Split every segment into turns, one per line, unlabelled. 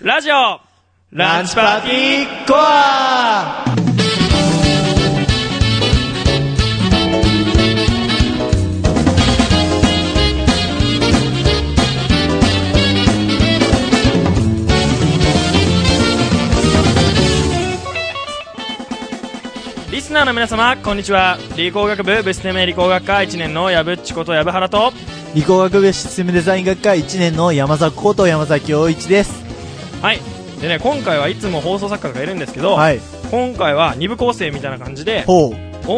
ラジオ
ランチパーティーコア
リスナーの皆様こんにちは理工学部部室名理工学科1年の矢ぶっちこと矢ぶはらと
理工学部システムデザイン学科1年の山崎こと山崎陽一です
はいでね今回はいつも放送作家がいるんですけど、
はい
今回は2部構成みたいな感じで
ほう
オ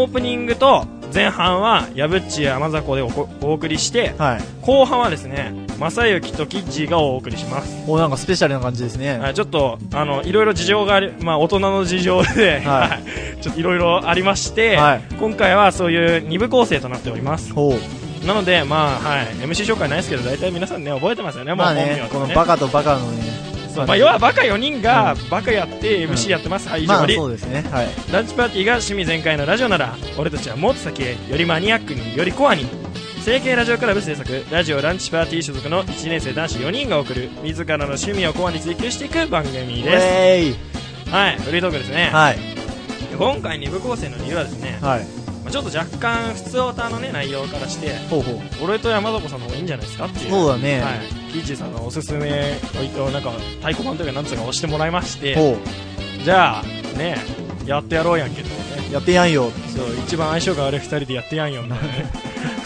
ープニングと前半は矢ぶっちや山こでおこお送りして
はい
後半はですね正幸とキッジーがお送りします、
おなんかスペシャルな感じですね、
はい、ちょっとあのいろいろ事情があり、まあ、大人の事情で、
は
ちょっといろいろありまして、
はい
今回はそういう2部構成となっております
ほう
なので、まあはい、MC 紹介ないですけど、大体皆さんね、覚えてますよね、
まあ
もう本
ね
名と
こ
か
の
ね
バカとバカのねそう
まあ、
ね
要はバカ4人がバカやって、MC やってます、はい、以
ま
上
あ
に、
そうですねはい
ランチパーティーが趣味全開のラジオなら、俺たちはもっと先へ、よりマニアックに、よりコアに、成形ラジオクラブ制作、ラジオランチパーティー所属の1年生男子4人が送る、自らの趣味をコアに追求していく番組
イ
で
エーイ
す。はい、フリートークですね。
はい
今回2部構成の理由はですね、
はい
まあ、ちょっと若干、普通オタのね、内容からして、
ほうほう
俺と山田子さんの方がいいんじゃないですかっていう。
そうだね、
はい、キイチさんのおすすめをなんか太鼓判というかなんつうか押してもらいまして
ほ
じゃあねやってやろうやんけどね
うやってやんよ
そう一番相性が悪い2人でやってやんよみたいなね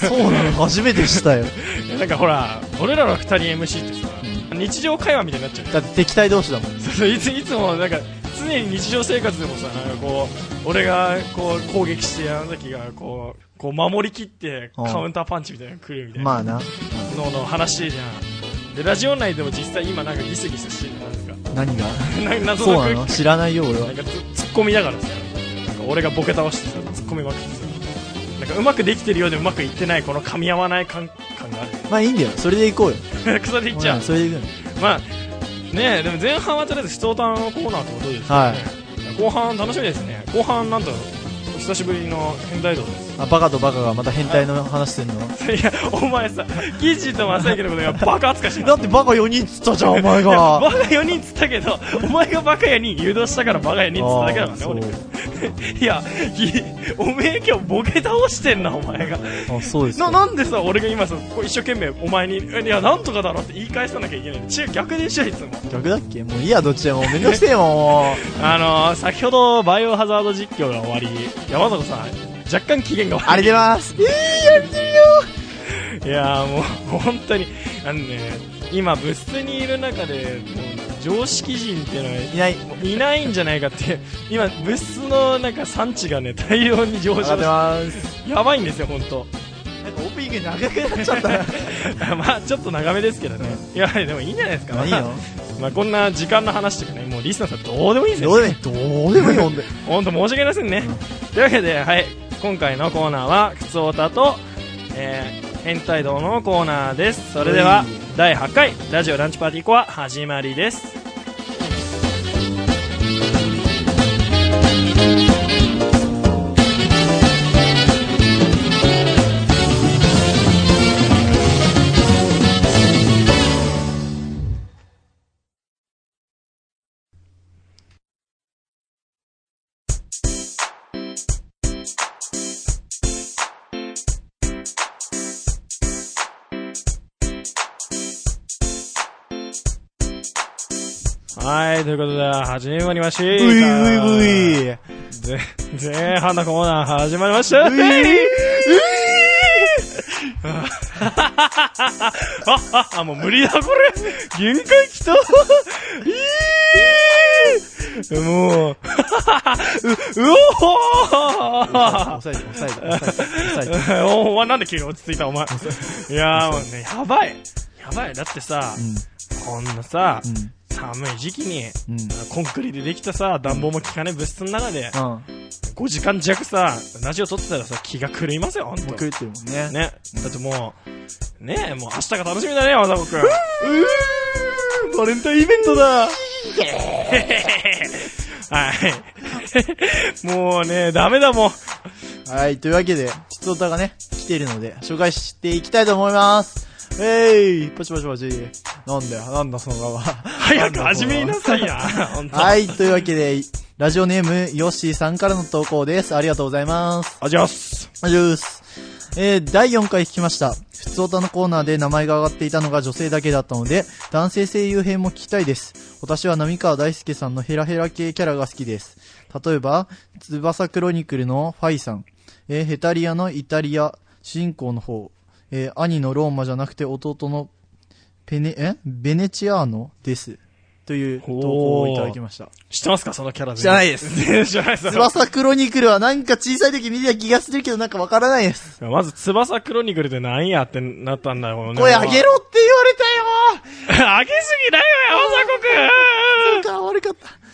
そう なの初めてしたよ
いやなんかほら俺らの2人 MC ってさ日常会話みたいになっちゃう
だって敵対同士だもん
そうそういついつもなんか常に日常生活でもさなんかこう俺がこう攻撃してあの時がこうこう守りきって
うん
カウンターパンチみたいなの来るみたいな
まあな
のの話じゃんでラジオ内でも実際今なんかギスギスしてるのなんか
何が
なんか謎
そう
の
な
空
の
気
知らないよ俺は
なんかツツッコミだからさなんか俺がボケ倒してさツッコミまくってさなんかうまくできてるようでうまくいってないこの噛み合わない感感が
まあいいんだよそれで行こうよ
ある それでいっちゃう
うんそれで行くよ
まあねえでも前半はとりあえず不登壇のコーナーってことですよね、
はい
後半楽しみですね後半なんだろう久しぶりの変態道です
あバカとバカがまた変態の話すんの
いやお前さギッチーとマサイキのことがバカ扱いしてる
だってバカ4人っつったじゃんお前
いやバ
が
カ4人っつったけどお前がバカ4人誘導したからバカ4人っつっただけだからね
あー
俺いやいおめえ今日ボケ倒してんなお前が
あそうです
な
か
なんでさ俺が今さこう一生懸命お前に「えいやなんとかだろ」って言い返さなきゃいけない違う逆でしょいつも
逆だっけもういいやどっちでもめんどくせえよもう
あのー、先ほどバイオハザード実況が終わり山里さん若干機嫌が悪い
あれ出ますえー、やめてるよ
いやーもう本当にあのね今部室にいる中でもう常識人っていうのはい
ない
もういないんじゃないかって今物質のなんか産地がね大量に上
上
昇
がって
し
ます
てやばいんですよ本当
なんかオープニング長くなっちゃったな
まあちょっと長めですけどね、いやでもいいんじゃないですか、まあ、
いいよ
まあこんな時間の話とかねもうリスナーさんどうでもいいです
ど
よ
うでもいいどうでもいいほんで
本当申し訳ありませんね、というわけではい今回のコーナーは「靴オタと」えー変態道のコーナーですそれでは
うい
第8回ラジオランチパーティーコア始まりですはいということで始まりました
ういういうい
ぜ前半のコーナー始まりました
ういう
あ、あ、もう無理だ、これ。限界きた。いいもう、 う、うおー
抑えて抑えて抑えて抑えて
おお前なんで急に落ち着いたお前いやーもうねやばいやばいだってさ、こんなさ、
う
寒い時期に
んうん
コンクリでできたさ暖房も効かない物質の中で
うん、も
5時間弱さラジオ撮ってたらさ気が狂いますよほん
う
と
狂ってるもんね
ね、だってもう、ねえ、もう明日が楽しみだね、わざこくん。うーバレンタインイベントだはい。もうね、ダメだもん。
はい、というわけで、質問がね、来ているので、紹介していきたいと思います。えい、パチパチパチ。なんだよ、なんだそのまま。
早く始めなさいや。本当。
はい、というわけで、ラジオネーム、ヨッシーさんからの投稿です。ありがとうございます。
あじゃっす。
おじゅーす。えー、第4回聞きました。普通歌のコーナーで名前が上がっていたのが女性だけだったので、男性声優編も聞きたいです。私は波川大輔さんのヘラヘラ系キャラが好きです。例えば、翼クロニクルのファイさん、えーヘタリアのイタリア、主人公の方、えー兄のローマじゃなくて弟のペネ、えベネチアーノです。という投稿をいただきました。
知ってますかそのキャラ
知らないいです。
知らないです。
翼クロニクルはなんか小さい時見てた気がするけどなんかわからないです。
まず、翼クロニクルってなんやってなったんだろうね。
声あげろって
上げすぎだよ、山
言われたよ悪かった。
迫君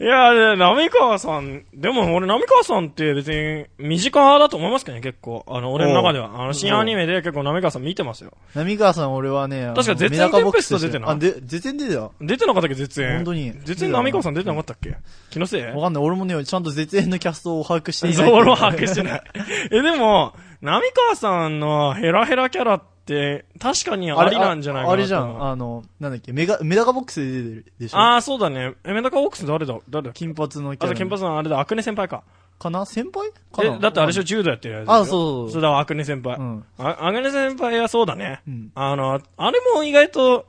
いや、波川さん、でも俺、波川さんって別に身近だと思いますけどね、結構。あの、俺の中では。あの、新アニメで結構波川さん見てますよ。
波川さん俺はね、あの
確か絶縁
メダカボックス
テンペスト出てない
あ、で、絶縁出てたわ
出てなかったっけ、絶縁。
本当に
絶縁波川さん出てなかったっけ気のせい
かんない。俺もね、ちゃんと絶縁のキャストを把 握していない。
そう俺も把握してない。 え、でも、波川さんのヘラヘラキャラって、確かにありなんじゃないかな
あれじゃ。
と思うん
あの、なんだっけ、メガ、メダカボックスで出てるでしょ。
ああ、そうだね。え、メダカオークス誰だ誰だ
金髪のキ
あ
ャ
と、
ラ。
ケンパスのあれだ、アクネ先輩か。
かな先輩かな
え、だってあれでしょ、柔道やってるやつでしょ。
あそうそう
それだ、アクネ先輩。
うん。
あアグネ先輩はそうだね。
うん
あの、あれも意外と、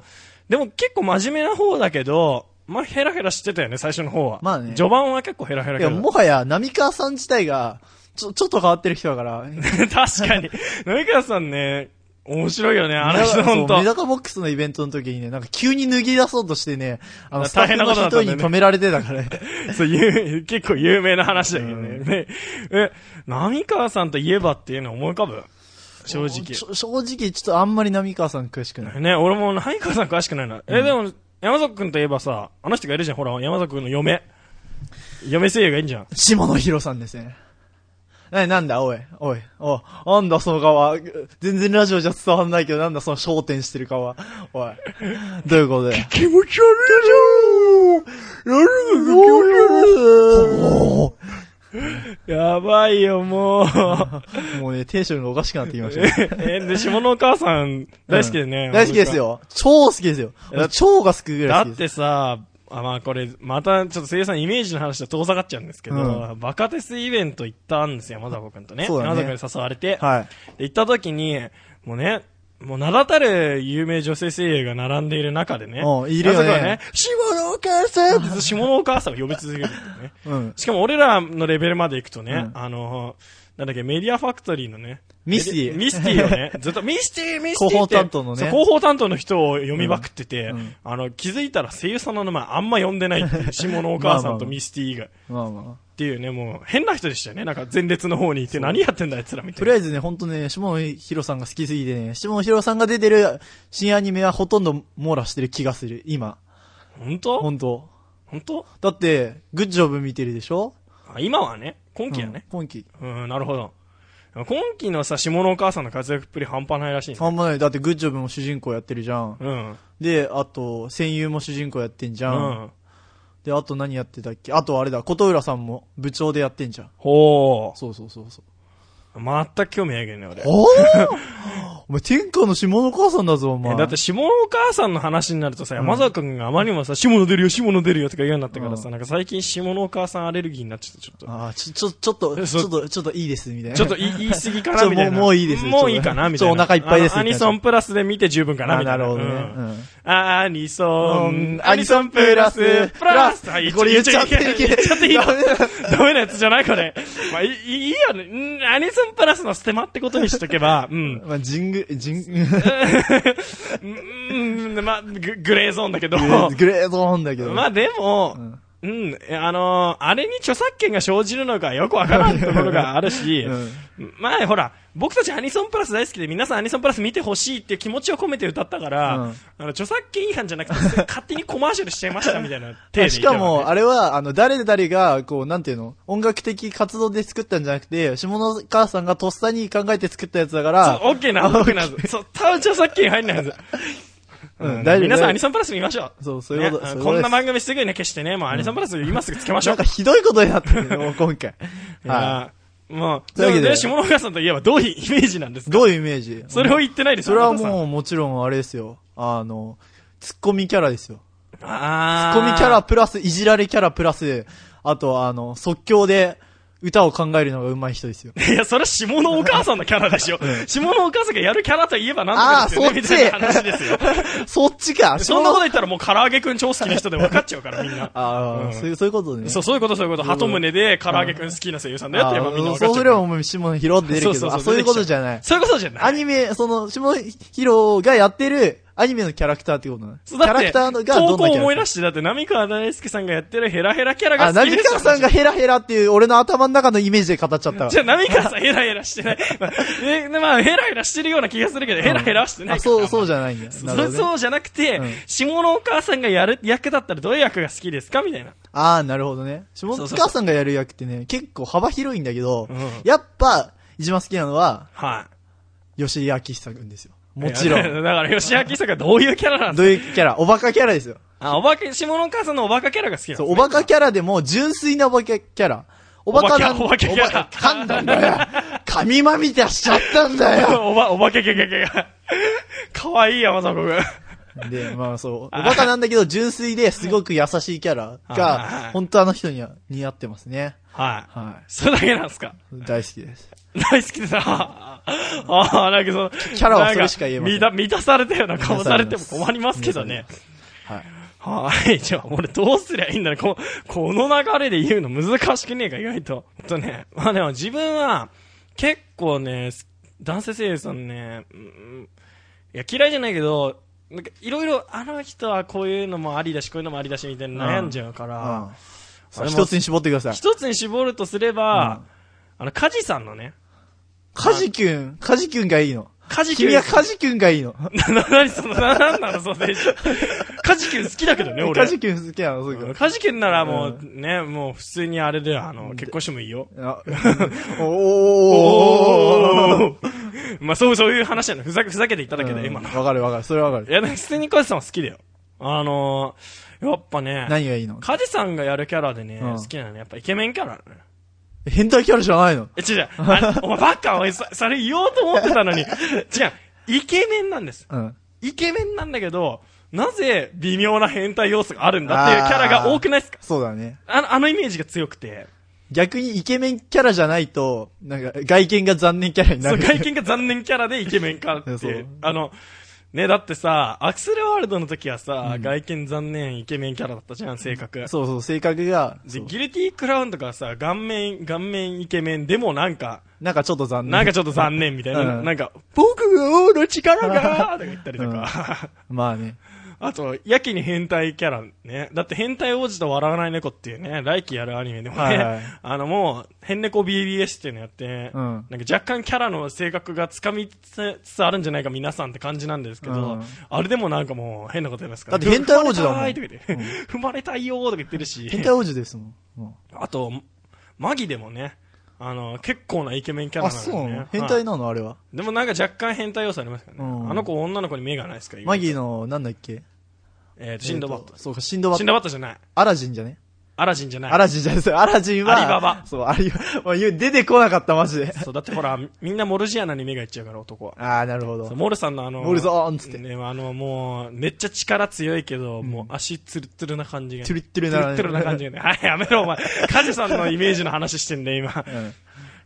でも結構真面目な方だけど、まあ、ヘラヘラしてたよね、最初の方は。
まあね
序盤は結構ヘラヘラ
い
けど
や、もはや、波川さん自体が、ちょ、ちょっと変わってる人だから。
確か に。野川さんね、面白いよね、あの人
メダカ
本
そうメ
当
ダカボックスのイベントの時にね、なんか急に脱ぎ出そうとしてね、あの、スタ
大
ッフ
変なこ
の
とだった
人
んだよ
に
ね
止められてたからね。
そういう、結構有名な話だけどね。ねえ、浪川さんといえばっていうの思い浮かぶ正
ち
直。
ょ正直、ちょっとあんまり波川さん詳 しくない。
ね、俺も浪川さん詳しくないな。え、でも、山崎くんといえばさ、あの人がいるじゃん、ほら、山崎くんの嫁。嫁声優がいいんじゃん。
下野紘さんですね。な、なんだ、おい、おい、お、なんだその顔は、全然ラジオじゃ伝わんないけど、なんだその焦点してる顔は、おい。どういうことだよ。
気持ち悪いなやるの
お
やばいよ、もう。
ーもうね、テンションがおかしくなってきましたね。
え、で、下のお母さん、大好きでね。
大好きですよ。超好きですよ
いやだ。
超がすくぐ
だ
らい好
っ
きです。
てさ、あまあこれ、またちょっと声優さんイメージの話と遠ざかっちゃうんですけど、
う
バカテスイベント行ったんですよ、山田君とね。
そうだね
山田君に誘われて。
はい。
で行った時に、もうね、もう名だたる有名女性声優が並んでいる中でね。
うんいるよ
山
ね
田君はね、下のお母さんって下のお母さんを呼び続けるんだよね。
うん。
しかも俺らのレベルまで行くとね、
うん
あの、なんだっけ、メディアファクトリーのね、
ミスティ
メディミスティを ね、ずっと、ミスティミスティって
広報担当のね
そう広報担当の人を読みまくってて、
うんうん
あの、気づいたら声優さんの名前あんま呼んでないっていう、下のお母さんとミスティ以外。っ
まあまあ。
ていうね、もう変な人でしたよね。なんか前列の方にいて何やってんだあいつらみたい
とり
な。
あえずね、ほんとね、下野紘さんが好きすぎてね、下野紘さんが出てる新アニメはほとんど網羅してる気がする、今。
本当
ほんと。
本当
だって、グッジョブ見てるでしょ
あ今はね、今期やね。
うん今期。
うん、なるほど。今期のさ、下のお母さんの活躍っぷり半端ないらしいね。
あんまない。だってグッジョブも主人公やってるじゃん。
うん。
で、あと、戦友も主人公やってんじ
う
ゃん。
ん。
で、あと何やってたっけあとあれだ、琴浦さんも部長でやってんじゃん。
ほう。
そうそうそうそう。
全く興味ないけどね、俺。
おー お前、天下の下の母さんだぞ、お前。
えだって、下のお母さんの話になるとさ、山沢くんがあまりにもさ、下の出るよ、下の出るよとか言うようになったからさ、
う
なんか最近下のお母さんアレルギーになっちゃって、ちょっと。
あーちょ、ちょ、ちょっと、ち
そ
ょっと、ちょっといいです、みたいな。
ちょっとい言い過ぎかなみたい
ち
な。
ょもうもういいです
もういいかなみたいな。
ちょっとお腹いっぱいです
あのアニソンプラスで見て十分かな
あ
みた
ない
な。
るほどね。
うん
うん
アニソン
うん、アニソンプラス
プラスはい
これ言っちゃって
言っちゃって言っちゃっていいの
ダメ
ダメなやつじゃないこれ。まあ、いいいいよね。うんアニソンプラスのステマってことにしとけば、うん。
まあ、ジング、ジング、
うん、うんまあ、ググレーゾーンだけど。
グレードなんだけど。
まあでも、
うん
うん、えあのーあれに著作権が生じるのかよくわからんところがあるし、
うん
まあほら、僕たちアニソンプラス大好きで皆さんアニソンプラス見てほしいっていう気持ちを込めて歌ったから、
うん
あの著作権違反じゃなくて勝手にコマーシャルしちゃいましたみたいな手で
し
言って
かも、あれは、あの、誰々が、こう、なんていうの、音楽的活動で作ったんじゃなくて、下野母さんがとっさに考えて作ったやつだか
そう
ら、
オッケーな、オッケーなはず。そう、多分著作権入んないはず。
うん、大丈夫。
皆さんア
大
ニ
丈
ソンプラス見ましょう。
そうそういうこと
ね
そういうこと
こ
です
んな番組すぐにね、消してね、もうアニソンプラス今すぐつけまし
夫
ょ
な
うん
か。ひどいことになってるよ、今回。
いやまあ、
というわ
で
けで
もね下川さんといえばどういうイメージなんですか
どういうイメージ
それを言ってないです
それは
う、
もうもちろんあれですよ。あの、ツッコミキャラですよ。ツ
あ
ッ
ー
コミキャラ。プラス、いじられキャラプラス、あとあの、即興で歌を考えるのが上手い人ですよ。
いや、それは下のお母さんのキャラでしょ。下のお母さんがやるキャラといえばなんとかですよね、みたい
あ
な
ー
話
そっち
ですよ。
そっち か
そんなこと言ったらもう唐揚げくん超好きな人で分かっちゃうから、みんな。
ああ、
うん
そういうそういうことね。
そう、そういうこと、そういうこと。鳩胸で唐揚げくん好きな声優さんだよってやっぱみんな
あ
分
ー
かっ
そ
ちゃ
うす
う
ればもう下野広って出るけど、あそういうことじゃない。
そういうことじゃない。
アニメ、その、下野広がやってるアニメのキャラクターってことなのキ
そうだ
ャ
っ
ラ
て
クターのがど
投
んな
稿
キャラ
思
ク
い
タ
出
ー
して、だって、浪川大輔さんがやってるヘラヘラキャラが
あ、
好き
ナビ
です
カ
よ。
さんがヘラヘラっていう俺の頭の中のイメージで語っちゃった わ
じゃあ、浪川さんヘラヘラしてない。 まあえ、でまあ、ヘラヘラしてるような気がするけど、ヘラヘラはしてない
あ、
から。
そう、そう
じ
じゃないんだ。なるほど
そ
ね
そうじゃなくて
うん、
下のお母さんがやる役だったらどういう役が好きですかみたいな。
ああ、なるほどね。下
そうそうそう
川さんがやる役ってね、結構幅広いんだけど、
うん
やっぱ、一番好きなのは、
は
吉井明久くんですよ。
い。
もちろ
いや
ん。
だから、吉明さんがどういうキャラなんです
どういうキャラおバカキャラですよ。
かあ、お化け、下のお母さんのおバカキャラが好きな
そ
の
う、おバカキャラでも、純粋なおバカキャラ。おバカなん
おバカキャラ
おバカ噛んだんだよ。神まみたしちゃったんだよ。
おば、お化けキャキャキャ。かわいい山迫くん。
で、まあそう。おバカなんだけど、純粋ですごく優しいキャラ
あ
が、本当あの人には似合ってますね。
はい。
は
それだけなんですか
い。大好きです。
大好きでさ、ああ、なんかその、キ
ャラはそれしか言えません
満た満たされたような顔されても困りますけどね。
はい。
はい、じゃあ俺どうすりゃいいんだろう。ここの流れで言うの難しくねえか、意外と。ほんとね、まあでも自分は、結構ね、す男性声優さんね、うんいや嫌いじゃないけど、なんかいろいろあの人はこういうのもありだし、こういうのもありだしみたいな悩んじゃうから、
うんさあ。一つに絞ってください。
一つに絞るとすれば、あの、カジさんのね、
カジキュン、カジキュンがいいの。
カジキ
君はカジキュンがいいの。
な、な、なにその、な、なんなの、その選手。カジキュン好きだけどね、俺。
カジキュン好きなの、そういう
カジキュンならもう、ね、もう普通にあれで、あの、結婚してもいいよ。
あおおー
おー まあ、そう、そういう話なの。ふざけ、ふざけて言っただけ
うん
で、今の。い
わかるわかる、それはわかる。
や、でも普通にカジさんは好きだよ。あのー、やっぱね、
何がいいの
カジさんがやるキャラでね、
うん
好きなのね、やっぱイケメンキャラなのね。
変態キャラじゃないの
え、違う 違う。あれお前ばっか、お前、そそれ言おうと思ってたのに。違う。イケメンなんです。
うん。
イケメンなんだけど、なぜ微妙な変態要素があるんだっていうキャラが多くないですか
そうだね。
あの、あのイメージが強くて。
逆にイケメンキャラじゃないと、なんか、外見が残念キャラにな
そう、
る。
外見が残念キャラでイケメンかって
そ
いう
う。
あの、ね、だってさ、アクセルワールドの時はさ、外見残念イケメンキャラだったじゃん、性格。
そうそう、性格が、
で、
そう
ギルティークラウンとかはさ、顔面、顔面イケメンでもなんか、
なんかちょっと残念。
なんかちょっと残念みたいな。
うん
なんか、僕の力がとか言ったりとか。
まあね。
あと、やけに変態キャラね。だって変態王子と笑わない猫っていうね、来季やるアニメでもね、
はいはい
あのもう、変猫 BBS っていうのやって、
うん
なんか若干キャラの性格がつかみつつあるんじゃないか皆さんって感じなんですけど、
うん
あれでもなんかもう変なこと言いますから。
だって変態王子だもん
踏まれたいとか言って、 踏まれたいよーとか言ってるし、
変態王子ですもん。うん
あと、マギでもね、あの、結構なイケメンキャラ
あ、
なん
そ
で、
う
ね。
なの変
は
態
い
なのあれは。
でもなんか若干変態要素ありますからね。
うん
あの子女の子に目がないですから、
マギーの、なんだっけ
えっ、と、シンドバッ
えー
ド
と。そうか、シンドバ
シ
ッ
ン
ド。
ドバッドじゃない。
アラジンじゃね
アラジンじゃない。
アラジンじゃないですよ。アラジンは。
アリババ
そう、アリババ。言う出てこなかった、マジで。
そう、だってほら、みんなモルジアナに目がいっちゃうから、男は。
ああ、なるほ
そ
ど
う。モルさんのあの、
モルさんっつって
ね、あの、もう、めっちゃ力強いけど、もう足ツルツルな感じが。
トゥルットゥル
ツル
な。
ットゥルな感じがね。 はい、やめろ、お前。カジさんのイメージの話してんだよ、今。
うん。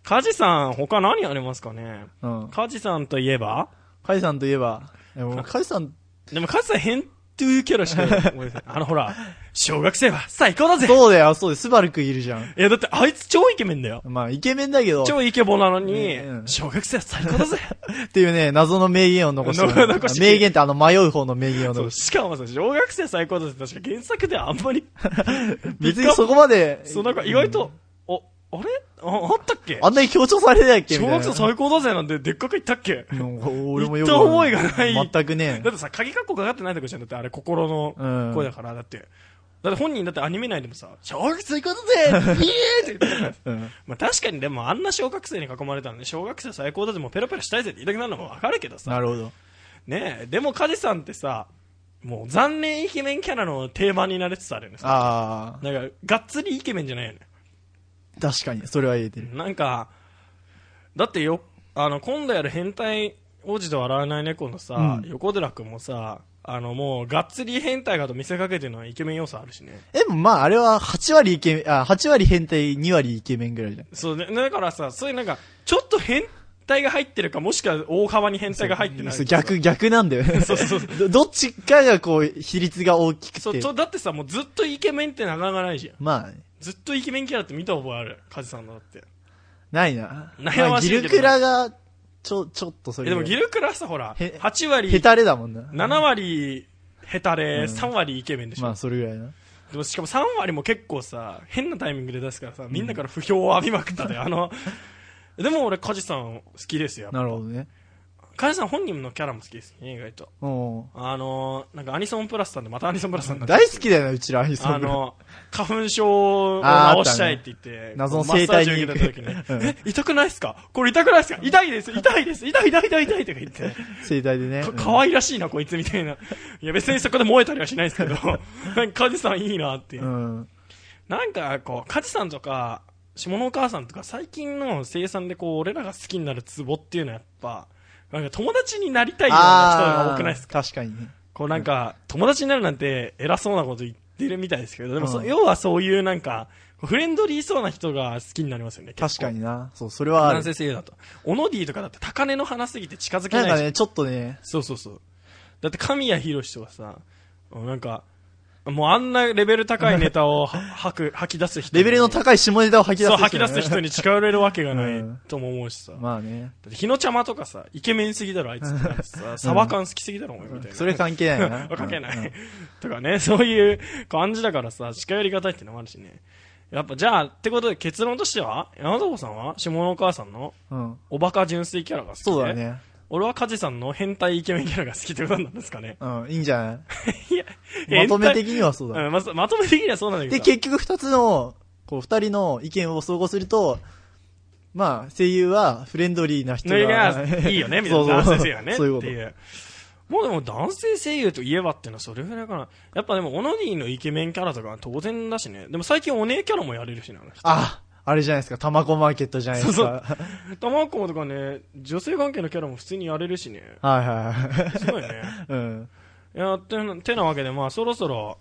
カジさん、他何ありますかね
うん。
カジさんといえば
カイさんといえば、でもカイさん、
でもカジさん変というキャラしか思い出せないあの、ほら、小学生は最高だぜ
そうだよ、そうだよ、スバルくんいるじゃん。
いや、だってあいつ超イケメンだよ。
まあ、イケメンだけど、
超イケボなのに
ねう、ん
小学生は最高だ ぜ
っていうね、謎の名言を残してる。
残して
名言ってあの、迷う方の名言を
そ
残
う
し
しかもさ、小学生最高だって確か原作ではあんまり、
てる。別にそこまで、
そうなんか意外と、お、あれああったっけ
あんなに強調されてないっけ
小学生
う
最高だぜなんてでっかく言ったっけ
俺も
言
よく。
った覚えがない
全くね
だっ。てさ、鍵括弧かかってないとこじゃん。だってあれ心
う
の
ん
声だから、だって。だって本人だってアニメ内でもさ、小学生最高だぜイエーイって言ってたから
うん
まあ確かにでもあんな小学生に囲まれたらね、小学生最高だぜもうペラペラしたいぜって言いたくなるのもわかるけどさ。
なるほど。
ねえ、でもカジさんってさ、もう残念イケメンキャラの定番になれてたよね。
あ
なんか、がっつりイケメンじゃないよね。
あ、確かに、それは言えてる。
なんか、だってよ、あの、今度やる変態王子と笑えない猫のさ、
うん
横寺くんもさ、あの、もう、がっつり変態かと見せかけてるのはイケメン要素あるしね。
でもまあ、あれは8割イケメン、あ、8割変態、2割イケメンぐらいじゃん。
そうね、だからさ、そういうなんか、ちょっと変態が入ってるか、もしくは大幅に変態が入ってない
そう逆、逆なんだよね。
そうそうそ
どどっちかがこう、比率が大きくて。
そうちょだってさ、もうずっとイケメンってなかなかないじゃん。
まあね、
ずっとイケメンキャラって見た覚えある、カジさんのだって。
ないな。
悩ましいけど
まあギルクラが、ちょ、ちょっとそ
え
れ
で
ぐら
も
い。
ギルクラさ、ほら、
へ
8割、
ヘタレだもんな。
7割、ヘタレ、3割イケメンでしょ。
まあ、それぐらいな。
でもしかも3割も結構さ変なタイミングで出すからさみんなから不評を浴びまくったで、あのでも俺梶さん好きですよやっぱ
なるほどね。
梶さん本人のキャラも好きですね意外と
うん。
あのなんかアニソンプラスさんでまたアニソンプラスさんになっちゃっ
大
て
好きだよな、うちらアニソン。
あ、の花粉症を治したいって言って
あーあったね謎の
こう
整体に
マッサージ受けた時に、
うん
え痛くないですかこれ痛くないですか痛いです痛いです痛い痛い痛い痛いとか言って
生態でね。
か
うん
可愛らしいなこいつみたいないや別にそこで燃えたりはしないですけ どなんか梶さんいいなっていう
うん。
なんかこう、カジさんとか、下のお母さんとか、最近の生産でこう、俺らが好きになるツボっていうのはやっぱ、なんか友達になりたいような人が多くないですか
か確かにね。
こうなんか、友達になるなんて偉そうなこと言ってるみたいですけど、でもそ、
うん
要はそういうなんか、こうフレンドリーそうな人が好きになりますよね。
確か
に。
にな。そう、それはあ
男
る。
性声優だと。オノディとかだって高値の花すぎて近づけ
なん
ない
か
し。
ね、ちょっとね、
そうそうそう。だって神谷博士とかさ、なんか、もうあんなレベル高いネタをは 吐く、吐き出す人。
レベルの高い下ネタを吐き出
そ
す
う、
人だよ
吐き出
ね
す人に近寄れるわけがな
う
い
ん
とも思うしさ。だ
まあね。
って日のちゃまとかさ、イケメンすぎだろ、あいつってなってさ、サバ缶好きすぎだろ、お前みたいな。
それ関係ない な。
かけな
うん
い。とかね、そういう感じだからさ、近寄りがたいってのもあるしね。やっぱじゃあ、ってことで結論としては、山里さんは下のお母さんの
うん。うん
おバカ純粋キャラが好きで。
そうだ。ね。
俺はカジさんの変態イケメンキャラが好きってことなんですかね。
うん、いいんじゃ
いや、
ないまとめ
に
的にはそうだ。
うんまと、まとめ的にはそうなんだけど
で、
さ。
結局二つの、こう、二人の意見を総合すると、まあ、声優はフレンドリーな人
の
が。
がいいよね、みた
そ
いうな。
そう
男性声優はね。
そういうこ
って
と。
いう。もうでも男性声優といえばっていうのはそれぐらいかな。やっぱでも、オノディのイケメンキャラとかは当然だしね。でも最近お姉キャラもやれるしね、あの人。
あ、あれじゃないですか、タマコマーケットじゃないです
そう
か。
玉子とかね、女性関係のキャラも普通にやれるしね。
はいはいはい。
すごい ね。
うん。
いや、てな、てなわけで、まあそろそろ、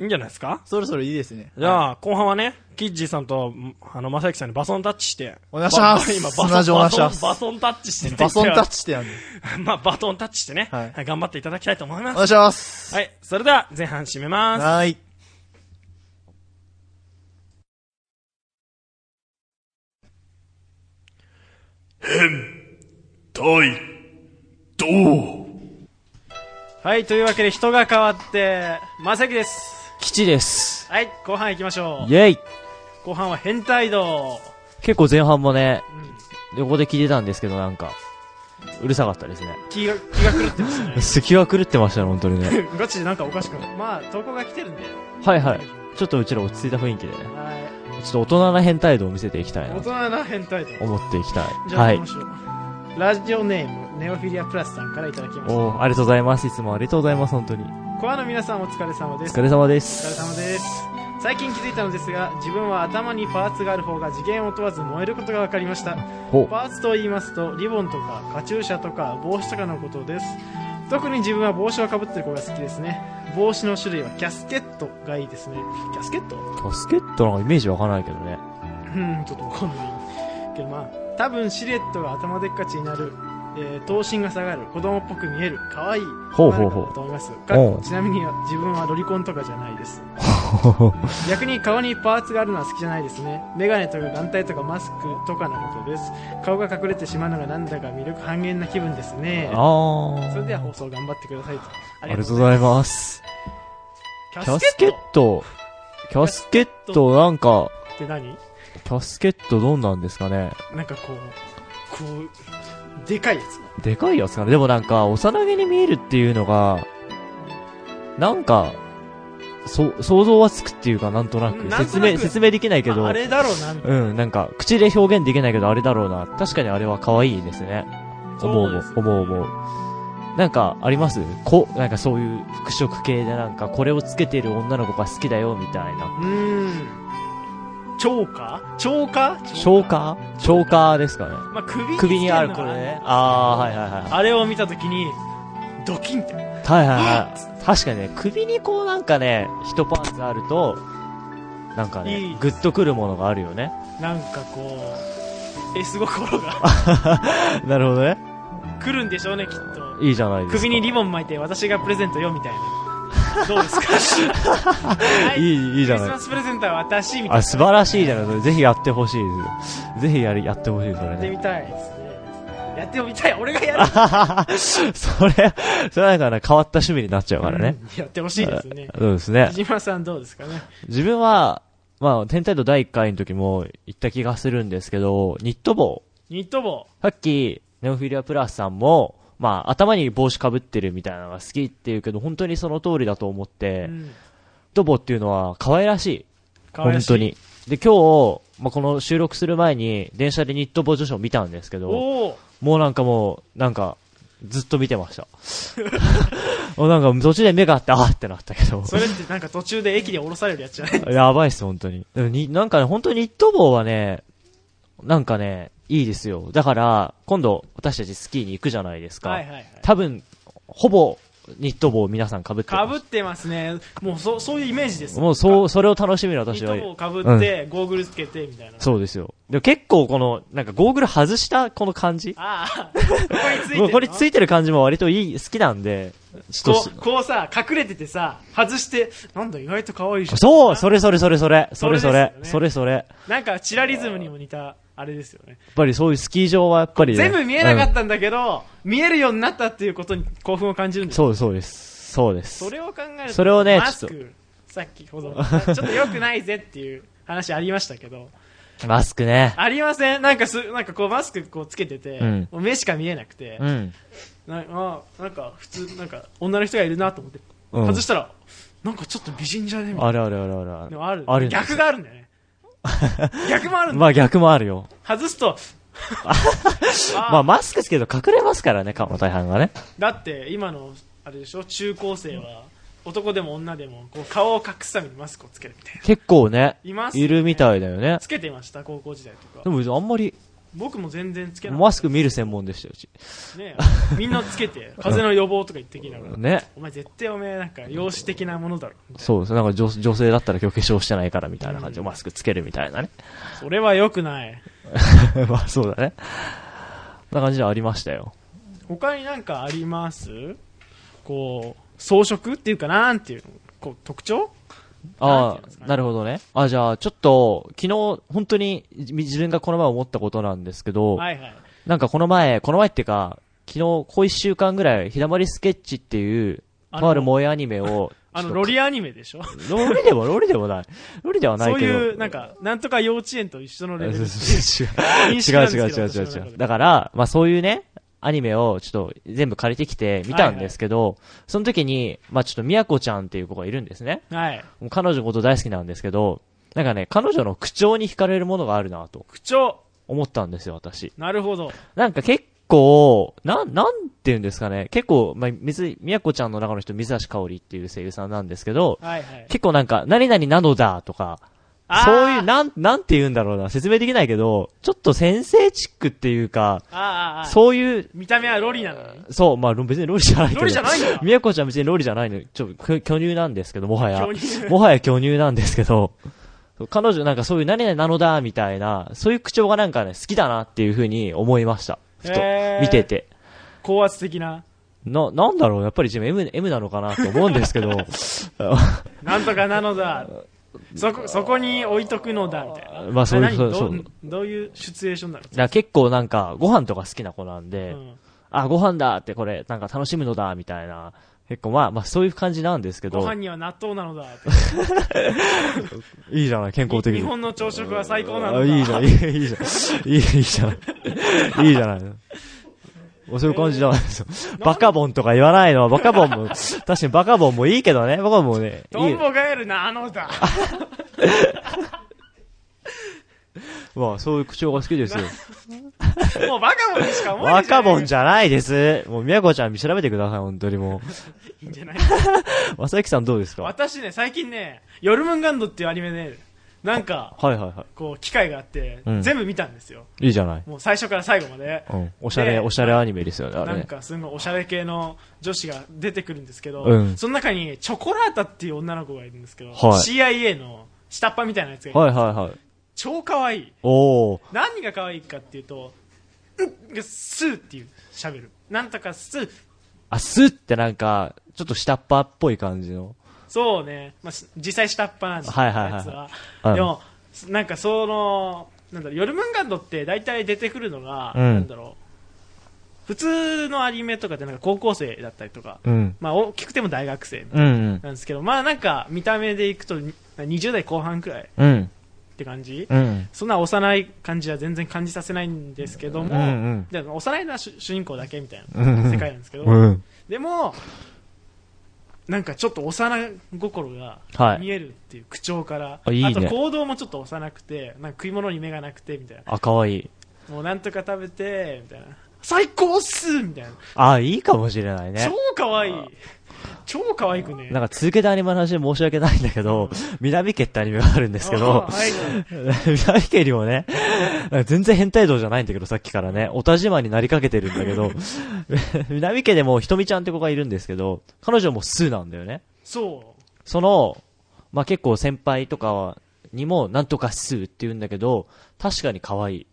いいんじゃないですか
そろそろいいです ね。
じゃあ、後半はね、キッジーさんと、んあの、まさゆきさんにバソンタッチして。
お願いします
ば今、バソン
同じお願いしま
バ
す
ソン、バソンタッチして。
バソンタッチってやんの。
チ。 まあ、バトンタッチしてね。
はい
はい。頑張っていただきたいと思います
お。願いします。
はい、それでは前半締めます。
はい。
対、どう
はい、というわけで人が変わって、まさきです。
吉です。
はい、後半行きましょ
イェイ
う。後半は変態道。
結構前半もね、横で聞いてたんですけどなんか、うるさかったですね。。
気が、気が狂ってますね
咳は狂ってましたね、本当にね。
ガチでなんかおかしくない。まあ、投稿が来てるんで。
はいはい。ちょっとうちら落ち着いた雰囲気でね、
はい。
ちょっと大人な変態度を見せていきたい
大
なと
人な変態道。
思っていきたい。
じゃあ
は
行き
い
ま。しょう。ラジオネーム、ネオフィリアプラスさんからいただきまし
おーありがとうございます。いつもありがとうございます、本当に。
た。コアの皆さんお疲れ様
お
です。
疲れ様で
お疲れ
す。
様です。最近気づいたのですが、自分は頭にパーツがある方が次元を問わず燃えることが分かりました。
ほう。
パーツと言いますとリボンとかカチューシャとか帽子とかのことです特に自分は帽子をかぶってる子が好きですね帽子の種類はキャスケットがいいですねキャスケット
バスケットなんかイメージわからないけど ね。
うんちょっとわかんないけどまあ多分シルエットが頭でっかちになる、えー頭身が下がる子供っぽく見える可愛い
ほうほうほう
なるかと思いますか
おう
ちなみに自分はロリコンとかじゃないです
ほほほ
逆に顔にパーツがあるのは好きじゃないですねメガネとか眼帯とかマスクとかのことです顔が隠れてしまうのがなんだか魅力半減な気分ですね
あ
それで
ー。
は放送頑張ってくださいとあ
ありがとうございます。
キ
キ
ャ
ャ
ス
ス
ケ
ケ
ッ
ッ
ト
ト。キャスケットなんか、
って何
キャスケットどんなんですかね
なんかこうこうでかいやつ
でかいやつかなでもなんか、幼げに見えるっていうのが、なんか、そ、想像はつくっていうか、なんとな
うん
く。
なんと
説
なく
明、説明できないけど、
まあ、あれだろうなみたい
うん、なんか、口で表現できないけど、あれだろうな。確かにあれは可愛いですね。思う
そう
も
ですね、
思う思う。なんか、ありますこ、なんかそういう服飾系でなんか、これをつけてる女の子が好きだよ、みたいな。
なうーん超過超過
消化消化ですかね。
まあ、首に
首にある
つけ
こ
んの
れ
が
ね。あー、はいはいはい。
あれを見たときに、ドキンって。
はいはいはい。確かにね、首にこうなんかね、一パンツあると、なんか
い
ね
い、
グッとくるものがあるよ ね。
なんかこう、S 心が
なるほどね。
来るんでしょうね、きっと。
いいじゃないですか。
首にリボン巻いて、私がプレゼントよ、みたいな。どうですかはいい
い、いいじゃ
クリス
ない
マスプレゼントは私、みたいな。
あ、素晴らしいじゃないそれぜひやってほしいです。ぜひやり、やってほしい、それ
やって
ね。
みたいですね。やってみたい。俺が やる。
それ、それなんかね、変わった趣味になっちゃうからね。
うんやってほしいですね。
そうですね
木。島さんどうですかね。
自分は、まあ、天体道第1回の時も言った気がするんですけど、ニット帽。
ニット帽。
さっき、ネオフィリアプラスさんも、まあ、頭に帽子かぶってるみたいなのが好きっていうけど、本当にその通りだと思って、
う
ニッ
ん
ト帽っていうのは可愛らしい。
可愛らしい
本当に。で、今日、まあ、この収録する前に、電車でニット帽女子を見たんですけど、
おお。
もうなんかもう、なんか、ずっと見てました。 もうなんか途中で目があって、あーってなったけど。
それってなんか途中で駅で降ろされるやつじゃない
やばいっす、本当に。でもに、なんかね、本当にニット帽はね、なんかね、いいですよ。だから、今度、私たちスキーに行くじゃないですか。
はいはいはい。
多分、ほぼ、ニット帽を皆さん被って
か
ま
ぶっ
す。
てますね。もうそ、そういうイメージです。
もう、そう、それを楽しみに
ニ
私は
ッ。ト帽かぶって、ゴーグルつけて、みたいな。
そうですよ。でも結構この、なんかゴーグル外したこの感じ。
ああ、ここについてる
も
の。
うこれついてる感じも割といい、好きなんで、ちょっ
ことう、こうさ、隠れててさ、外して、なんだ意外と可愛いじゃん。
そうそれそれそれそれそれ
そ
それ
れですよね
それそれやっ
なんか、チラリズムにも似た、あれですよね。
ぱりそういうスキー場はやっぱりね、、
全部見えなかったたんだけど、見えるようになったっていうことに興奮を感じるんです
そうですそうですそうです
それを考えると、
それをね
マス
ち
ク、さっきほど、あちょっと良くないぜっていう話ありましたけど、
マスクね
ありませんなんかす、なんかこうマスクこうつけてて、
うん
もう目しか見えなくて、
うん
なあなんか普通、なんか女の人がいるなと思って、
うん
外したら、なんかちょっと美人じゃねみたい
あるあるあるある
な。でもある。
あるんです
逆があるんだよ ね。逆もあるんだ。
まあ逆もあるよ
外す と、あ
まあマスクつけると隠れますからね顔の大半がね
だって今の、あれでしょ、中高生は、男でも女でも、こう顔を隠すためにマスクをつけるみたいな。
結構ね
います、
いるみたいだよね
つけてました、高校時代とか
で。もあんまり
僕も全然つけなか
マ
っ
スク見る専門でしたようち
たね。みんなつけて、 風邪の予防とか言ってきながら。
ね
お前絶対お前なんか、容姿的なものだろ。
そうですなんか女女性だったら今日化粧してないからみたいな感じでマスクつけるみたい なね
それは良くない。
まあそうだねそんな感じでありましたよ
他になんかありますこう、装飾っていうかなんていうのこう、特徴なんてい
あ
うんですか
あ、
ね
なるほどね。あ、じゃあ、ちょっと、昨日、本当に、じ自分がこの前思ったことなんですけど、
はいはい。
なんかこの前、この前っていうか、昨日、こう一週間ぐらい、ひだまりスケッチっていう、
あの
とある萌えアニメを、
あ
ち
の、
ょ
ロ
っ
リアニメでしょ
とロリでも、ロリでもない。ロリではな
そ
いうけど。
いう、 なんか、なんとか幼稚園と一緒のレベル。
違う。
認識
違
なん
う
ですけ
違
ど
う違う違
私の
う
中
違う。
で
だから、まあそういうね、アニメをちょっと全部借りてきて見たんですけど、その時に、まあちょっとみやこちゃんっていう子がいるんですね。
はい。
もう彼女のこと大好きなんですけど、なんかね、彼女の口調に惹かれるものがあるなと
口調。
思ったんですよ、私。
なるほど。
なんか結構、なん、なんて言うんですかね。結構、まあ、水井、みやこちゃんの中の人、水橋香織っていう声優さんなんですけど、
はいはい。
結構なんか、何々なのだとか、
あー
そういう、なん、なんて言うんだろうな、説明できないけど、ちょっと先生チックっていうか、
ああああ、
そういう、
見た目はロリなのに。
そう、まあ、別にロリじゃないけど。
ロリじゃないんだ
みやこちゃん別にロリじゃないの。ちょ、巨巨乳なんですけど、もはや。
巨乳
もはや巨乳なんですけど、彼女なんかそういう何々なのだ、みたいな、そういう口調がなんかね、好きだなっていうふうに思いました。ふと
へー。
見てて。
高圧的な。
な、なんだろう、やっぱり自分 M、M なのかなと思うんですけ ど、あ
なんとかなのだ。そこ、そこに置いとくのだ、みたいな。
まあそういう
あ何
そう
ど
そう
どういうシチュエーションなの
だ結構なんか、ご飯とか好きな子なんで、
うん
あ、ご飯だってこれ、なんか楽しむのだ、みたいな。結構まあ、まあそういう感じなんですけ
ご
ど
飯、には納豆なの だ。
いいじゃない、健康的
日
に。
本の朝食は最高なの
あ
だ。
いいじゃん、いいいいじゃ ん。いい、いいじゃん。いいじゃないの。そういう感じじゃないですよ。バカボンとか言わないのは、バカボンも、確かにバカボンもいいけどね、バカボンもね、
ト
いい
ン。ボガエルなのだ。
まあ、そういう口調が好きですよ。
もうバカボンにしか思えな
バ
いじゃ
カ
ん。
ボンじゃないです。もう、みやこちゃん見調べてください、本当にも。
いいんじゃないう
まさゆきさんどうですか
私ね、最近ね、ヨルムンガンドっていうアニメね、なんか、
はいはいは
こう、機会があって、
うん
全部見たんですよ。
い。いいじゃない。
もう最初から最後まで。
うん。おしゃれ、
で
おしゃれアニメですよね、あ
な
れ
ん
ね。
かすごいおしゃれ系の女子が出てくるんですけど、
うん
その中にチョコラータっていう女の子がいるんですけど、
はい
CIA の下っ端みたいなやつがいて、
はいはいはい。
超可愛い
おー。
何が可愛いかっていうとうんスーっていう喋るなんとかスー
あ、すってなんか、ちょっと下っ端っぽい感じの。
そうね、まあ、し実際下っ端なんですよ
はいはいはい
あつは
うん
でもなんかそのなんだろう夜ムンガンドって大体出てくるのが、
うん
なんだろう普通のアニメとかってなんか高校生だったりとか、
うん。
まあ、大きくても大学生みたいな
うんうん。
なんですけど、まあなんか見た目でいくとに20代後半くらいっ
うん。
て感じ、
うん。
そんな幼い感じは全然感じさせないんですけども、
うん
で幼いのは主主人公だけみたい
うんう
なん世界なんですけど、
うん。うん。
でも、なんかちょっと幼心が
はい。
見えるっていう口調から、
あいいね
あと行動もちょっと幼くて、なんか食い物に目がなくてみたい
あ、かわいい。
な、もうなんとか食べてみたいな、最高っすみたいな、
あ、いいかもしれないね
超。可愛い超可愛くね。
なんか続けたアニメの話で申し訳ないんだけど、南家ってアニメがあるんですけど
あ、はい
南家にもね、全然変態道じゃないんだけど、さっきからね、オタ自慢になりかけてるんだけど、 南家でもひとみちゃんって子がいるんですけど、彼女もスーなんだよね。
そう。
その、まあ、結構先輩とかにも、なんとかスーって言うんだけど、確かに可愛い。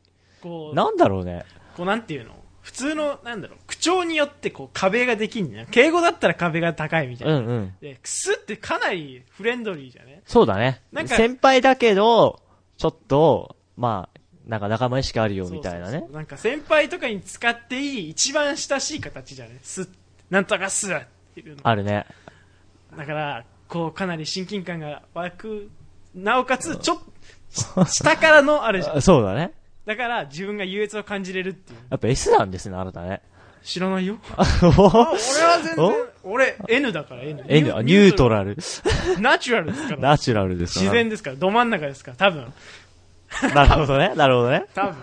こう
なんだろうね。
こうなんていうの普通のなんだろう口調によってこう壁ができんね敬語だったら壁が高いみたいうな、
んうん。
でクスってかなりフレンドリーじゃね
そうだね
なん。か
先輩だけど、ちょっと、まあ、なんか仲間意識あるよ、みたいな
そう
ね
そう。そうなんか先輩とかに使っていい一番親しい形じゃねすなんとかすっていうの
あるね。
だからこうかなり親近感が湧くなおかつちょっと下からのあれじゃん
あそうだね。
だから自分が優越を感じれるっていう
やっぱ S なんですね、あなたね。
知らないよ
あ
あ
お
俺は全然俺 N だから N,
N あニュートラル。
ナチュラルですから
ナチュラルですから
自然ですから、ど真ん中ですから、多分。
なるほどね、なるほどね。
多分。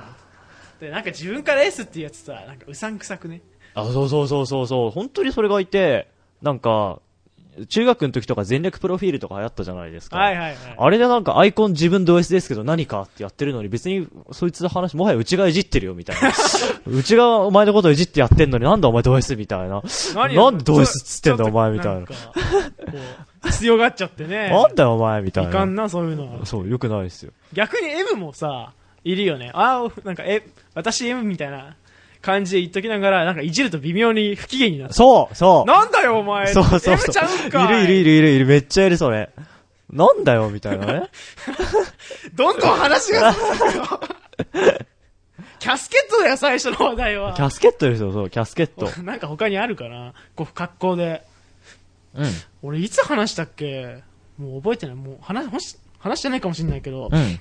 で、なんか自分から S っていうやつさ、なんかうさんくさくね。
あ、そうそうそうそうそう。本当にそれがいて、なんか、中学の時とか全力プロフィールとか流行ったじゃないですか。
はいはいはい。
あれでなんかアイコン自分同一ですけど何かってやってるのに別にそいつの話もはやうちがいじってるよみたい な。うちがお前のこといじってやってんのになんだお前同一みたいな。
何
なんで同一っつってんだお前みたい。な
ちょちょっとなんかこう強がっちゃってね。
なんだよお前みたい
いか
な。
んな、そういうのは。
そう、よくないですよ。
逆に M もさ、いるよね。ああ、なんか、え、私 M みたいな感じで言っときながら、なんかいじると微妙に不機嫌になる。
そうそう
なんだよお前
そうそうそう。
M ちゃうんか
いるい
る。
るいるいるいる。めっちゃいるそれ。なんだよみたいなね。
どんどん話が進むよ。キャスケットだよ、最初の話題は。
キャスケットですよ、そう、キャスケット。
なんか他にあるかなこう格好で
うん。
俺いつ話したっけもう覚えてないもう話ほし話してないかもしれないけど、
うん。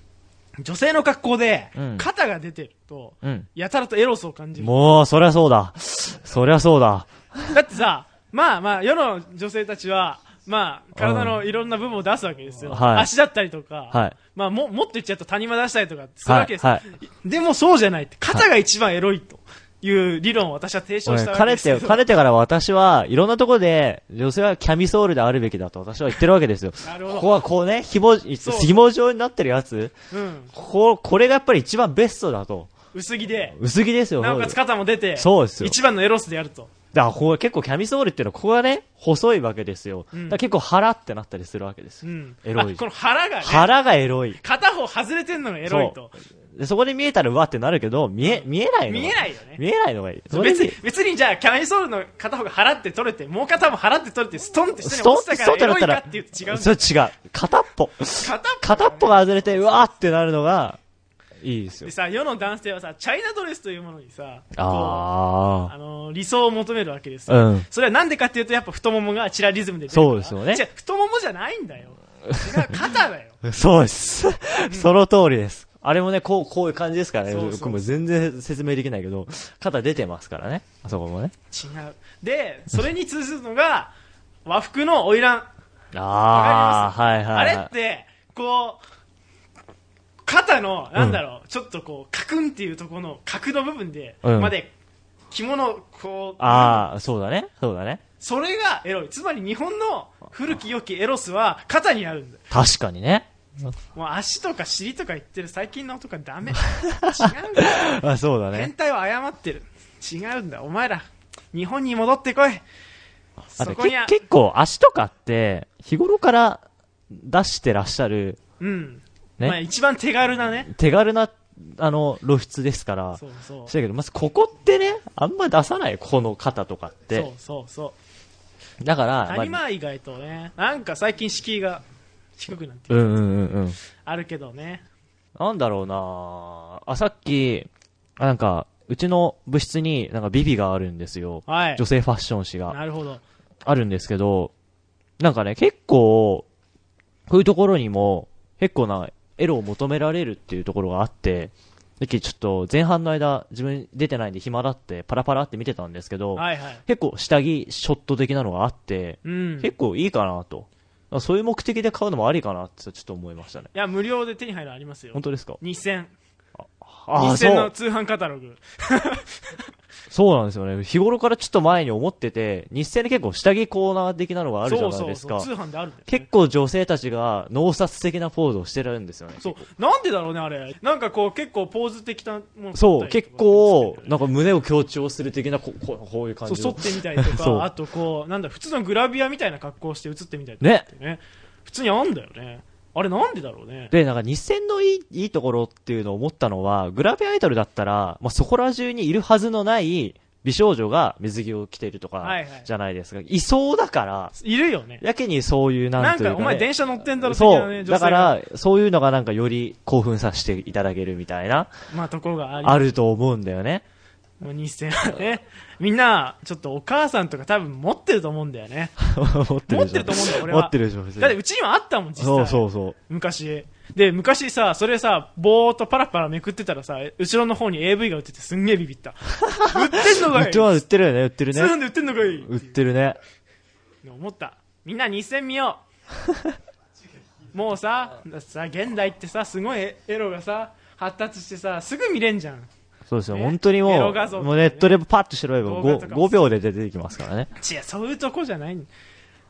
女性の格好で
うん
肩が出てると、
うん。
やたらとエロスを感じる
もう、そりゃそうだ。そりゃそうだ。
だってさまあまあ世の女性たちはまあ体のいろんな部分を出すわけですよ、
はい
足だったりとか、
はい。
まあももっと言っちゃうと谷間出したりとかする
は
わけ
い。
です、
はい。
でもそうじゃないって肩が一番エロいという理論を私は提唱したわ
か
け
ね
ですけ
て、
ど
かねてから私はいろんなところで、女性はキャミソールであるべきだと私は言ってるわ けですよ。
なる
こ
ほ
こ
ど、
はこうね、紐、
そう
紐状になってるやつ、
うん、
ここ、これがやっぱり一番ベストだと。
薄着で
薄着ですよ、
なおかつ肩も出て
そうですよ。
一番のエロスでやると
だからここは結構キャミソールっていうのは、ここがね、細いわけですよ。
うん
だから結構腹ってなったりするわけです
う
よ。
ん、
エロい
あこの腹がね、
腹がエロい。
片方外れてんのがエロいと。
でそこで見えたらうわってなるけど、見え、見えないのが。
見えないよね。
見えないのがいい。それ
別
で
に、別にじゃあ、キャミソールの片方が払って取れて、もう片方も払って取れて、ストンって
ス
下に
トン
落
って
ちた
ス
か
トンっ
らエ
てな
ロ
っ
い
た
からっていうと違うんだ
それ違う。片っぽ。
片方
片っぽが外れて、うわーってなるのが、いいですよ
で。さ、世の男性はさ、チャイナドレスというものにさ、こう
あ
あのー理想を求めるわけです
あ。
よ。
うん。
それはなんでかっていうと、やっぱ太ももがチラリズムで出るから
そうですよね
じゃあ太ももじゃないんだよ。違う肩だよ。
そうです。その通りです。あれもね、こう、こういう感じですからね。
そうそうそう
僕も全然説明できないけど、肩出てますからね。あそこもね。
違う。で、それに通ずるのが、和服の花魁。
ああ、はいはい
あ
はい。
れって、こう、肩の、なんだろう、ちょっとこう、カクンっていうところの角の部分で、
うん
まで、着物をこう、
ああ、そうだね。そうだね。
それがエロい。つまり日本の古き良きエロスは肩にあるんだよ。
確かにね。
もう足とか尻とか言ってる最近のとか ダメ違うんだよ
あ、そうだ
変
ね。
態は謝ってる違うんだお前ら日本に戻ってこい
あ
そ
と、
こには
け結構足とかって、日頃から出してらっしゃる、
うん、
ね
まあ一番手軽なね
手軽な、あの、露出ですから。
そうそう
そうだけど、まずここってね、あんま出さない、ここの肩とかっ
そう
て。
そうそう
だから、
谷
まあ
間以外とねなんか最近敷居が低くなって
うんうんうんうん。
あるけどね
なんだろうなあ、さっき、あなんか、うちの部室になんかビビがあるんですよ。
はい
女性ファッション誌が
なるほど
あるんですけど、なんかね、結構、こういうところにも、結構な、エロを求められるっていうところがあって、さっきちょっと前半の間、自分出てないんで暇だって、パラパラって見てたんですけど、
はいはい
結構下着ショット的なのがあって、
うんい
結構いいかなと。だからそういう目的で買うのもありかなってちょっと思いましたね。
や無料で手に入るのありますよ
本当ですか
2000
ああ、そ
2000の
う。
通販カタログ
そうなんですよね。日頃からちょっと前に思ってて、日清で結構下着コーナー的なのがあるじゃないですか。
そうそうそう通販であるんだよね
結構女性たちが脳殺的なポーズをしてるんですよね。
そうなんでだろうねあれなんかこう結構ポーズ的なもの
そう、結
撮っ
構
た、りとか
なんか胸を強調する的なこ、ここういう感
そう
じ
反
の
っ。てみたりと
そう
かあとこうなんだ普通のグラビアみたいな格好して写ってみたりとか
ね
っ。てね普通にあんだよねあれなんでだろうね
で、なんか日清のいい、いいところっていうのを思ったのは、グラビアアイドルだったら、まあ、そこら中にいるはずのない美少女が水着を着ているとか
はいはい、
じゃないですか。いそうだから、
いるよね
やけにそういう、な
なんん
という
か
か、ね。
お前電車乗ってんだろ的
そ
なね
う。
女性が
だから、そういうのがなんかより興奮させていただけるみたいな、
まあところがあり
あると思うんだよね。
もう2000はねみんなちょっとお母さんとか多分持ってると思うんだよね
持ってるでし
持って
ょ
ると思うんだよ俺
持
は
ってるでしょ、別に
だってうちにもあったもん実際
そうそうそう。
昔で昔さそれさぼーっとパラパラめくってたらさ後ろの方に AV が売っててすんげえビビった売ってんの
売
か
っ
い
ては売ってるよね、売ってる
通販
ね。
で売ってんのかい
売ってるね。
思ったみんな2000見ようもうささ現代ってさすごいエロがさ発達してさすぐ見れんじゃん
そうですよ、
ね
本当にも
エ
う、
ロ画像とかね
もうネットでパッと調べれば
動画
5,
とかも
5秒で出てきますからね。
違うそういうとこじゃない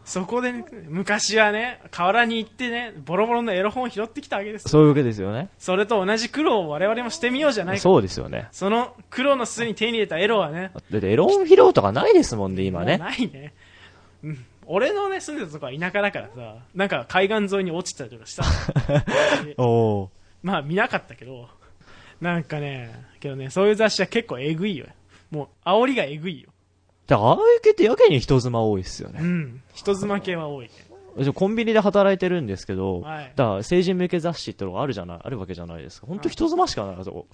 そこでね、昔はね河原に行ってねボロボロのエロ本を拾ってきたわけです
そういうわけですよね。
それと同じ苦労を我々もしてみようじゃないか
そうですよね。
その苦労の末に手に入れたエロはね
だってエロン披露とかないですもんね、今
も
ね。
うないね、うん、俺のね住んでたとこは田舎だからさなんか海岸沿いに落ちてたりとか した
おお
まあ見なかったけど、なんかね、けどね、そういう雑誌は結構えぐいよ。もう、煽りがえぐいよ。
ー。だから、ああいう系ってやけに人妻多いですよね
う。ん。人妻系は多い ね。
私コンビニで働いてるんですけど、
はい
だから成人向け雑誌ってのがあるじゃない、あるわけじゃないですか。本当人妻しかない、あそこ。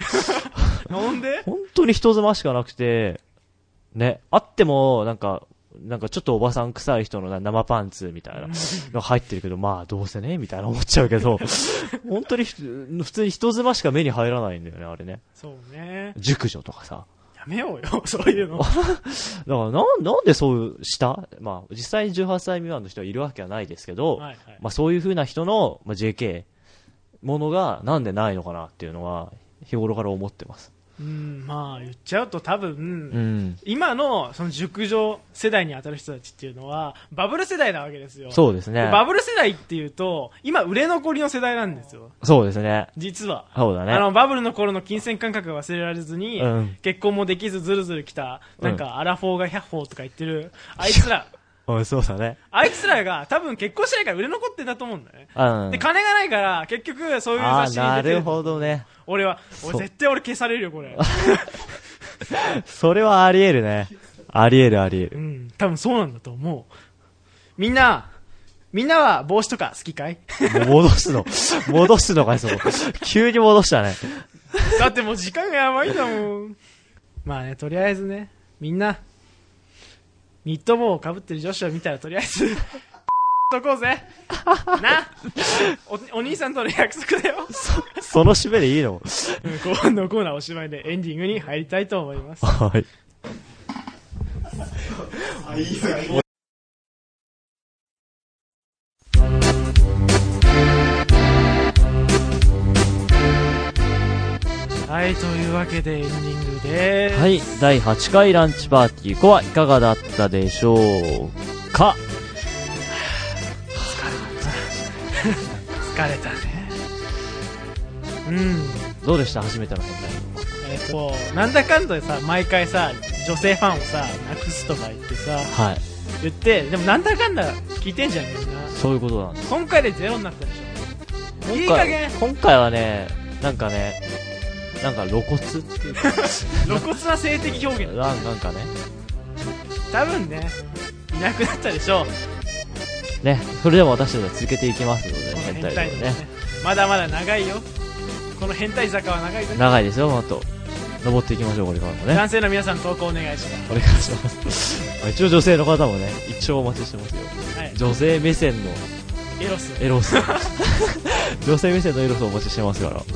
なんで
本当に人妻しかなくて、ね、あっても、なんか、なんかちょっとおばさん臭い人のな生パンツみたいなの入ってるけど、まあどうせね、みたいな思っちゃう けど、本当にひ普通に人妻しか目に入らないんだよね、あれね。
そうね。
熟女とかさ。
やめようよ、そういう の。
だからなん、なんでそうしたまあ実際18歳未満の人はいるわけはないですけど、
はいはい。
まあ、そういう風な人の、まあ、JK ものがなんでないのかなっていうのは日頃から思ってます。
うん、まあ言っちゃうと多分、
うん。
今のその熟女世代に当たる人たちっていうのは、バブル世代なわけですよ。
そうです
で
ね。
バブル世代っていうと、今売れ残りの世代なんですよ。
そうですね。
実は。
そうだ
あ
ね。
の、バブルの頃の金銭感覚が忘れられずに、
うん
結婚もできずずるずる来た、
うん
なんか、アラフォーが100歩とか言ってる、あいつら、
うん、そうだね。
あいつらが多分結婚してないから売れ残ってんだと思うんだよね。
うん。
で、金がないから、結局、そういう
あ
雑
あ、
誌に
な
出てる。
るほどね。
俺は、俺
そう
絶対俺消されるよ、これ。
それはあり得るね。あり得るあり得
う
る。
ん、多分そうなんだと思う。みんな、みんなは帽子とか好きかい
もう戻すの。戻すのかい、そこ。急に戻したね。
だってもう時間がやばいんだもん。まあね、とりあえずね、みんな、ニット帽をかぶってる女子を見たらとりあえず、 とこうぜ。なおお兄さんとの約束だよ。
その締めでいいの
うん後半のコーナーおしまいでエンディングに入りたいと思います。
はい。
はい、というわけでエンディングです。
はい。第8回ランチパーティー5はいかがだったでしょうか
疲れたね。
うん
どうでした初めての変態
えっとなんだかんだでさ毎回さ女性ファンをさなくすとか言ってさ
はい
言ってでもなんだかんだ聞いてんじゃんみんな
そういうことなんです
今回でゼロになったでしょいい
今
加
回
減
今回はねなんかねなんか露骨っていうか
露骨な性的表現
なんなんかね
多分ねいなくなったでしょ
ねそれでも私たちは続けていきますの
こ
で
の
変
変
態
態
で
の
も
ね
ね
まだまだ長いよこの変態坂は長いぞ
長いですよもっと登っていきましょうこれからもね
男性の皆さん投稿お願いしま
お願いします一応女性の方もね一応お待ちしてますよ
す、はい、
女性目線の
エロス
エロス女性目線のエロスをお待ちしてますから
というわ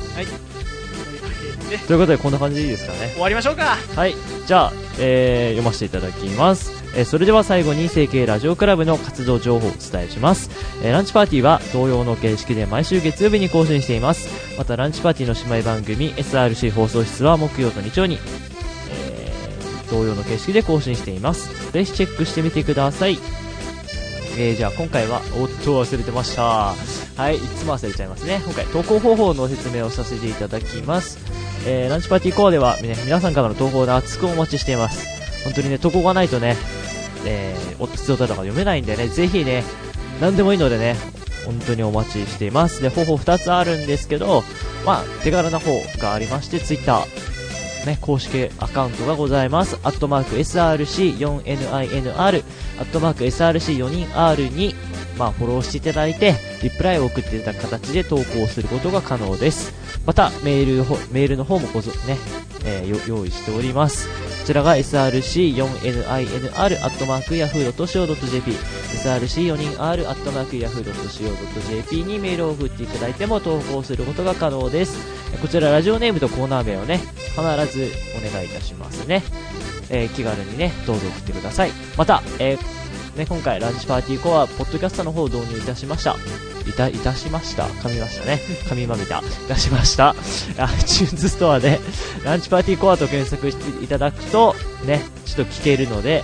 けで
ということでこんな感じでいいですかね
終わりましょうか
はいじゃあ、えー読ませていただきます、えーそれでは最後に成形ラジオクラブの活動情報をお伝えします、えーランチパーティーは同様の形式で毎週月曜日に更新していますまたランチパーティーの姉妹番組 SRC 放送室は木曜と日曜に、えー同様の形式で更新していますぜひチェックしてみてくださいえー、じゃあ今回はおっと忘れてましたはいいつも忘れちゃいますね今回投稿方法の説明をさせていただきますえーランチパーティーコアでは、ね、皆さんからの投稿で熱くお待ちしています。本当にね、投稿がないとね、えー、お必要だとか読めないんでね、ぜひね、何でもいいのでね、本当にお待ちしています。で、方法2つあるんですけど、まあ、手軽な方がありまして、Twitter、ね、公式アカウントがございます。アットマーク SRC4NINR、アットマーク SRC4NR に、まあ、フォローしていただいて、リプライを送っていただく形で投稿することが可能です。またメールほメールの方もごぞ、ねえーよ用意しておりますこちらが src4ninr.yahoo.co.jp src4ninr.yahoo.co.jp にメールを送っていただいても投稿することが可能ですえーこちらラジオネームとコーナー名をね必ずお願いいたしますね、えー気軽にねどうぞ送ってくださいまた、えーね、今回ランチパーティーコアポッドキャストの方を導入いたしましたいたいたしました噛みましたね噛みまみた出しました iTunes ストアでランチパーティーコアと検索していただくとねちょっと聞けるので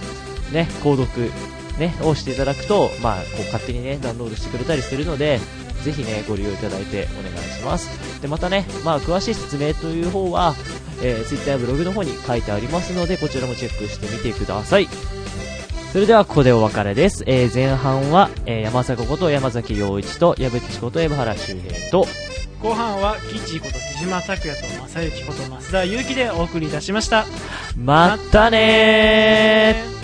ね購読ねをしていただくとまあこう勝手にねダウンロードしてくれたりするのでぜひねご利用いただいてお願いしますでまたねまあ詳しい説明という方は、えー、Twitter やブログの方に書いてありますのでこちらもチェックしてみてくださいそれではここでお別れです、えー前半は、えー山坂こと山崎陽一と矢口こと荏原周平と
後半はキッチーこと木島拓哉と正幸こと増田祐希でお送りいたしました
またねー